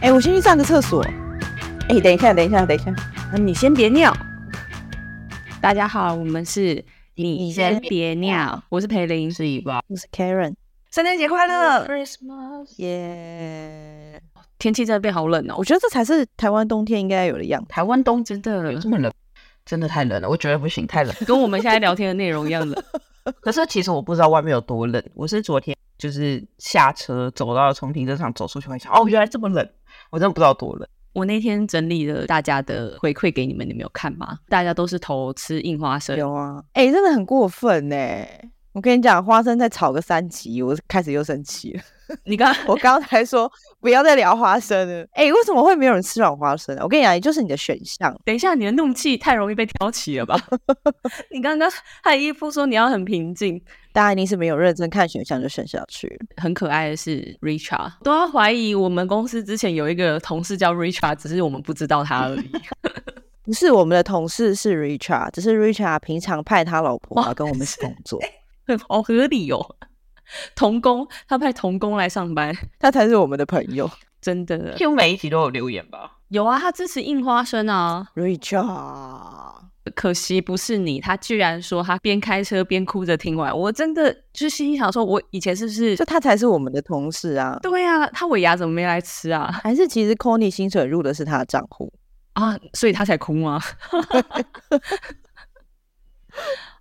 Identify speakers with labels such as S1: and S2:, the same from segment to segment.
S1: 哎、我先去上个厕所。哎、等一下，等一下，等一下。
S2: 你先别尿。大家好，我们是你
S3: 先
S2: 别尿，我是培林，
S3: 是一吧？
S1: 我是 Karen，
S2: 圣诞节快乐！
S3: Christmas，
S1: 耶、
S2: 天气真的变好冷哦，
S1: 我觉得这才是台湾冬天应该有的样子。
S3: 台湾冬
S2: 真的
S3: 这么冷，真的太冷了，我觉得不行，太冷。
S2: 跟我们现在聊天的 内容一样冷。
S3: 可是其实我不知道外面有多冷，我是昨天就是下车走到从停车场走出去，我想哦，原来这么冷，我真的不知道多冷。
S2: 我那天整理了大家的回馈给你们，你们有看吗？大家都是投吃印花生，
S1: 有啊，哎、真的很过分呢、我跟你讲，花生再炒个三集，我开始又生气了。
S2: 你刚。
S1: 我刚才说不要再聊花生了，哎、为什么会没有人吃软花生啊？我跟你讲，也就是你的选项
S2: 等一下，你的怒气太容易被挑起 了吧？你刚刚还一副说你要很平静，
S1: 大家一定是没有认真看选项就选下去了。
S2: 很可爱的是 Richard，都要怀疑我们公司之前有一个同事叫 Richard，只是我们不知道他而已。
S1: 不是我们的同事是 Richard，只是 Richard 平常派他老婆啊
S2: 哇
S1: 来跟我们一起工作，
S2: 很好合理 哦。童工，他派童工来上班，
S1: 他才是我们的朋友。
S2: 真的
S3: 几乎每一集都有留言吧？
S2: 有啊，他支持印花生啊。
S1: Richard，
S2: 可惜不是你，他居然说他边开车边哭着听完，我真的就是心里想说，我以前是不是
S1: 就？他才是我们的同事啊。
S2: 对啊，他尾牙怎么没来吃啊？
S1: 还是其实 c o n y 薪水入的是他的账户，
S2: 啊，所以他才哭吗？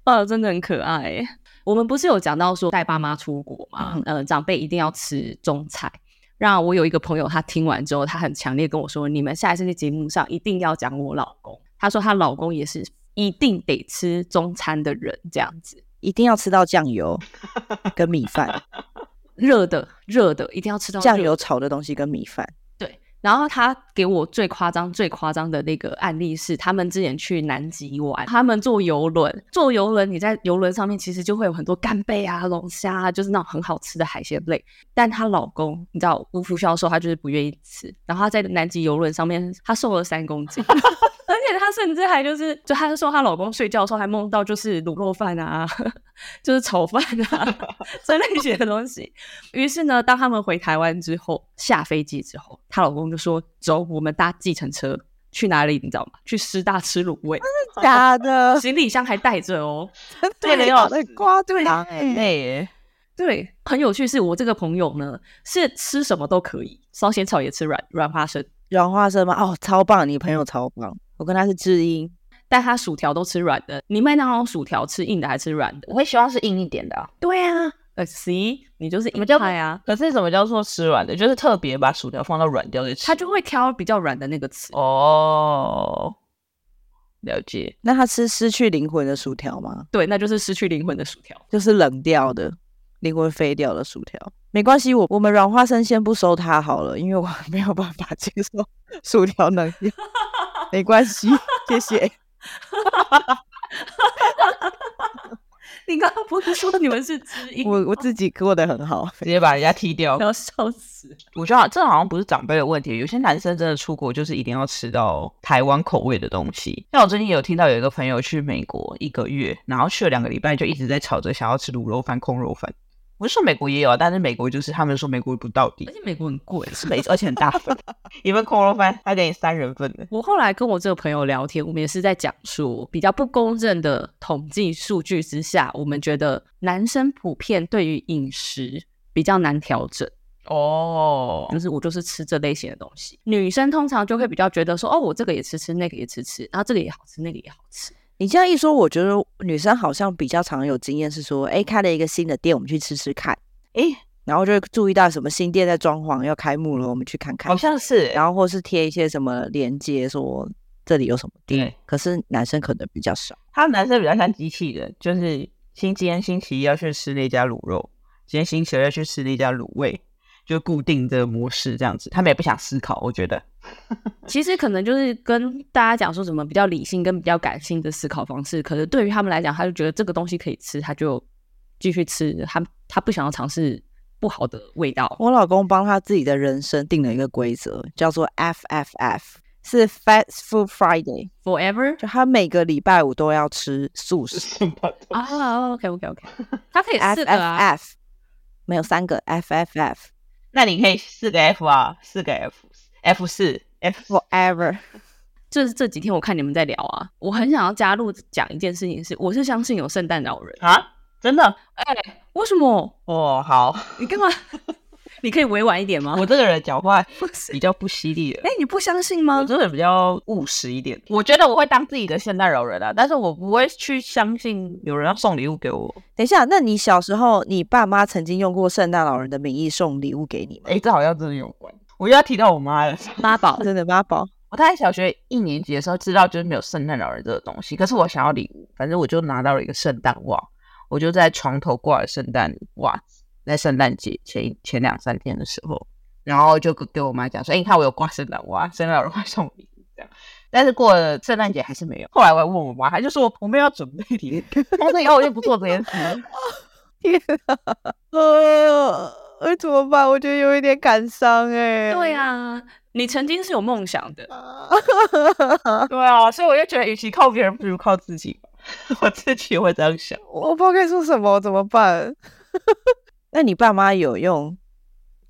S2: 啊，真的很可爱耶。我们不是有讲到说带爸妈出国嘛，
S1: 嗯
S2: 呃，长辈一定要吃中菜。那我有一个朋友，他听完之后，他很强烈跟我说，你们下一次的节目上一定要讲我老公。他说她老公也是一定得吃中餐的人，这样子，
S1: 一定要吃到酱 油跟米饭，
S2: 热的热的一定要吃到
S1: 酱
S2: 热
S1: 油炒的东西跟米饭。
S2: 对，然后他给我最夸张、最夸张的那个案例是，他们之前去南极玩，他们坐游轮，坐游轮，你在游轮上面其实就会有很多干贝啊、龙虾啊，就是那种很好吃的海鲜类。但她老公，你知道无福消受，他就是不愿意吃。然后她在南极游轮上面，她瘦了三公斤。而且她甚至还就是，就她说她老公睡觉的时候还梦到就是卤肉饭啊， 就是炒饭啊 这类型的东西。于是呢，当他们回台湾之后，下飞机之后，她老公就说：“走，我们搭计程车去哪里？你知道吗？去师大吃卤 味，
S1: 假的，
S2: 行李箱还带着哦。
S3: 对了
S1: 要
S3: 要
S1: 的瓜对
S3: 当
S1: 狼
S3: 哎
S1: 哎，
S3: 累耶，”
S2: 对，很有趣。是我这个朋友呢，是吃什么都可以，烧仙草也吃软软花生，
S1: 软花生吗？哦，超棒，你朋友超棒，我跟他是知音。
S2: 但他薯条都吃软的。你麦当劳薯条吃硬的还吃软的？
S3: 我会希望是硬一点的、啊。
S2: 对啊，呃，see，你就是硬
S3: 们叫
S2: 派啊，
S3: 可是什么叫做吃软的？就是特别把薯条放到软掉再吃。
S2: 他就会挑比较软的那个吃。
S3: 哦，了解。
S1: 那他吃失去灵魂的薯条吗？
S2: 对，那就是失去灵魂的薯条。
S1: 就是冷掉的，灵魂飞掉的薯条。没关系，我我们软花生先不收它好了，因为我没有办法接受薯条冷 掉。没关系，谢 谢。
S2: 你刚刚不是说你们是 知音？
S1: 我我自己过得很好。
S3: 直接把人家踢 掉
S2: 我，要笑死。
S3: 我觉得这好像不是长辈的问题，有些男生真的出国就是一定要吃到台湾口味的东西。像我最近有听到有一个朋友去美国一个月，然后去了两个礼拜，就一直在吵着想要吃卤肉饭、空肉饭。我是说美国也有啊，但是美国就是他们说美国不到底
S2: 而，且美国很 贵，
S3: 是美而且很大份， 一份空肉饭还给你三人份 的。
S2: 我后来跟我这个朋友聊天，我们也是在讲说，比较不公正的统计数据之下，我们觉得男生普遍对于饮食比较难调整，
S3: 哦
S2: 就是我就是吃这类型的东西。女生通常就会比较觉得说，哦，我这个也吃吃，那个也吃吃，然后这个也好吃，那个也好吃。
S1: 你这样一说，我觉得女生好像比较常有经验，是说，哎，开了一个新的店，我们去吃吃看，
S3: 诶，
S1: 然后就会注意到什么新店在装潢要开幕了，我们去看看
S3: 好，像是欸，
S1: 然后或是贴一些什么链接，说这里有什么店
S3: 对。
S1: 可是男生可能比较少。
S3: 他们男生比较像机器人，就是星期天、星期一要去吃那家卤肉，今天星期二要去吃那家卤味，就固定的模式这样子。他们也不想思考，我觉 得。
S2: 其实可能就是跟大家讲说什么比较理性跟比较感性的思考方式，可是对于他们来讲，他就觉得这个东西可以吃，他就继续吃，他他不想要尝试不好的味道。
S1: 我老公帮他自己的人生定了一个规则，叫做 FFF，是 Fast Food Friday，
S2: Forever
S1: 就他每个礼拜五都要吃素食。
S2: 啊，OK OK OK，它可以四个啊，
S1: FFF 没有三个 FFF，
S3: 那你可以四个 F 啊，四个 F， F 四 F 四
S1: forever。
S2: 就是这几天我看你们在聊啊，我很想要加入讲一件事情是，我是相信有圣诞老人。
S3: 啊，真的
S2: 为什么？
S3: 哦，好，
S2: 你干嘛？ 你可以委婉一点吗？
S3: 我这个人讲话
S2: 不是，
S3: 比较 不犀利的
S2: 哎、。你不相信
S3: 我
S2: 吗？
S3: 这个人比较务实一点，我觉得我会当自己的圣诞老人啊，但是我不会去相信有人要送礼物给我。
S1: 等一下，那你小时候，你爸妈曾经用过圣诞老人的名义送礼物给你吗？
S3: 哎、这好像真的有关。我又要提到我妈了。
S2: 妈宝，
S1: 真的妈宝，
S3: 我大概小学一年级的时候知道就是没有圣诞老人这个东西，可是我想要礼物，反正我就拿到了一个圣诞袜，我就在床头挂了圣诞袜子，在圣诞节前一前两三天的时候，然后就给给我妈讲说，哎、你看我有挂圣诞袜，圣诞老人会送礼物这样。但是过了圣诞节还是没有，后来我还问我妈，她就说我我没有要准备礼物， 从此以后我就不做这件事了。
S1: 天啊，呃，呃怎么办？我觉得有一点感伤哎、
S2: 对啊，你曾经是有梦想的，
S1: 啊，
S3: 对啊，所以我就觉得，与其靠别人，不如靠自己吧。 我自己会这样想。
S1: 我不知道该说什么，怎么办？ 那你爸妈有用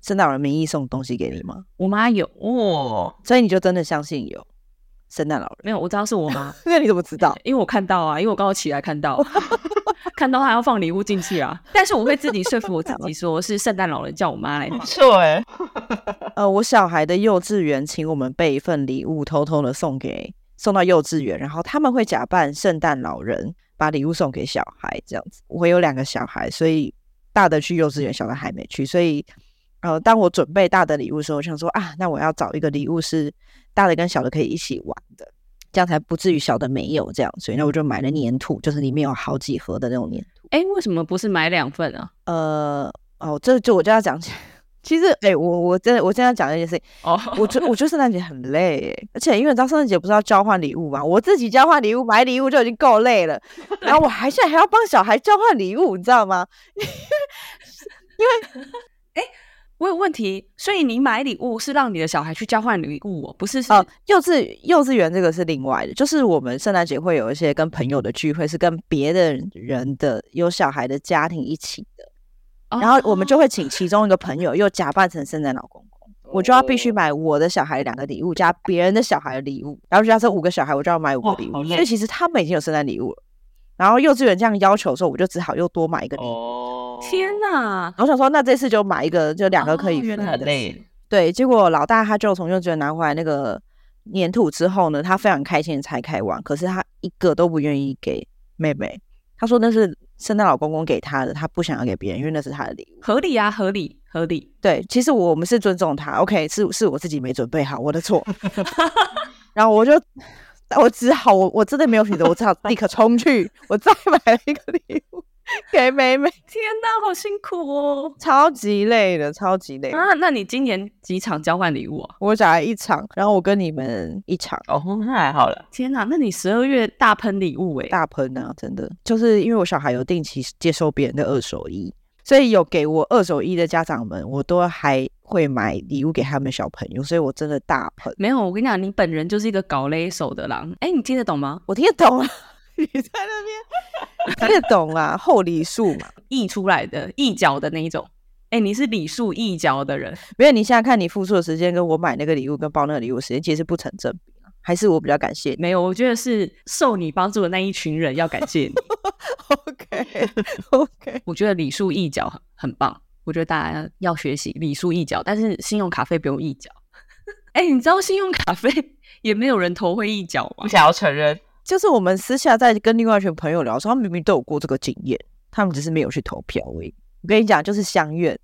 S1: 圣诞老人名义送东西给你吗？
S2: 我妈有，
S3: 哦，
S1: 所以你就真的相信有圣诞老人？
S2: 没有？我知道是我妈，
S1: 那你怎么知道？
S2: 因为我看到啊，因为我刚刚起来看到，看到她要放礼物进去啊，但是我会自己说服我自己，说是圣诞老人叫我妈来放
S3: 不。错哎、
S1: 呃，我小孩的幼稚园请我们备一份礼物，偷偷的送给送到幼稚园，然后他们会假扮圣诞老人，把礼物送给小孩，这样子。我有两个小孩，所以大的去幼稚园，小的还没去，所以呃，当我准备大的礼物的时候，我想说啊，那我要找一个礼物是大的跟小的可以一起玩的。这样才不至于小的没有这样，所以呢，我就买了粘土，就是里面有好几盒的那种粘土。
S2: 哎、为什么不是买两份啊？
S1: 呃，哦，这就我就要讲起， 其实，哎、我我真的我真的要讲一件事情，
S2: 哦，
S1: 我觉我觉得圣诞节很累耶，而且因为你知道圣诞节不是要交换礼物嘛，我自己交换礼物买礼物就已经够累 了，然后我还现在还要帮小孩交换礼物，你知道吗？
S2: 我有问题，所以你买礼物是让你的小孩去交换礼物、哦，不是是
S1: 哦、幼稚幼稚园这个是另外的，就是我们圣诞节会有一些跟朋友的聚会，是跟别的人的有小孩的家庭一起的，
S2: 哦
S1: 然后我们就会请其中一个朋友又假扮成圣诞老公公。我就要必须
S3: 哦
S1: 买我的小孩两个礼物，加别人的小孩的礼物，然后加这五个小孩，我就要买五个
S3: 哇
S1: 礼物。
S3: 好
S1: 所
S3: 累
S1: 以其实他们已经有圣诞礼物了。然后幼稚园这样要求的时候，我就只好又多买一个礼物。
S3: 哦
S2: 天哪，
S1: 我想说，那这次就买一个，就两个可以
S2: 哦原
S1: 分
S2: 来
S1: 的。
S3: 很累，
S1: 对，结果老大他就从幼稚园拿回来那个粘土之后呢，他非常开心的拆开玩，可是他一个都不愿意给妹妹。他说那是圣诞老公公给他的，他不想要给别人，因为那是他的礼物。
S2: 合理啊，合理，合理。
S1: 对，其实我们是尊重他，OK，是是我自己没准备好，我的错。 然后我就，我只好我我真的没有选择，我只好立刻冲去，我再买了一个礼物给美美，
S2: 天哪，好辛苦哦！
S1: 超级累的，超级累的。
S2: 啊，那你今年几场交换礼物啊？
S1: 我小孩一场，然后我跟你们一场
S3: 哦，那还好 了，
S2: 天哪，那你十二月大喷礼物哎、
S1: 大喷啊，真的，就是因为我小孩有定期接收别人的二手衣，所以有给我二手衣的家长们，我都还会买礼物给他们小朋友，所以我真的大喷，
S2: 没有，我跟你讲，你本人就是一个搞勒手的狼。哎、你听得懂吗？
S1: 我听得懂啊，你在那边听得懂啦，厚礼数嘛，
S2: 溢出来的，溢脚的那一种。哎、你是礼数溢脚的人，
S1: 没有，你现在看你付出的时间跟我买那个礼物跟包那个礼物的时间其实不成正比啊，还是我比较感 谢你。
S2: 没有，我觉得是受你帮助的那一群人要感谢你。
S1: OK OK，
S2: 我觉得礼数溢脚很很棒，我觉得大家要学习礼数溢脚，但是信用卡费不用溢脚。哎、你知道信用卡费也没有人头会溢脚吗
S3: 不？想要承认。
S1: 就是我们私下在跟另外一群朋友聊的时候，他们明明都有过这个经验，他们只是没有去投票而已。我跟你讲，就是相怨，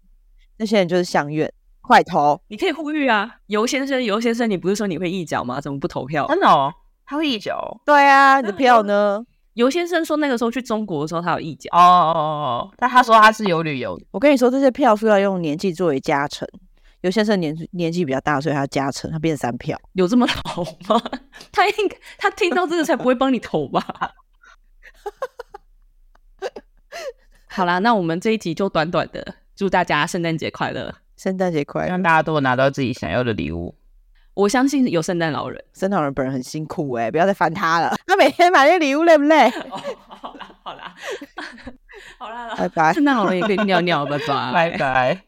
S1: 那些人就是相怨，快投！
S2: 你可以呼吁啊，游先生，游先生，你不是说你会溢脚吗？怎么不投票？
S3: 真的哦，他会一酒哦
S1: 对啊，你的票呢？
S2: 游先生说那个时候去中国的时候他有溢脚，
S3: 哦哦哦，但他说他是有旅游的，
S1: 我跟你说，这些票数要用年纪作为加成。有先生年年纪比较大，所以他加成，他变三票。
S2: 有这么老吗？ 他应该他听到这个才不会帮你投吧？ 好啦，那我们这一集就短短的，祝大家圣诞节快乐！
S1: 圣诞节
S2: 哎
S1: 快乐！
S3: 让大家都有拿到自己想要的礼物。
S2: 我相信有圣诞老人。
S1: 圣诞老人本人很辛苦哎、不要再烦他了。他每天买那礼物累不累？
S2: 哦，好啦，好啦，好啦，
S1: 拜拜。
S2: 圣诞老人也可以尿尿，拜拜，
S3: 拜拜。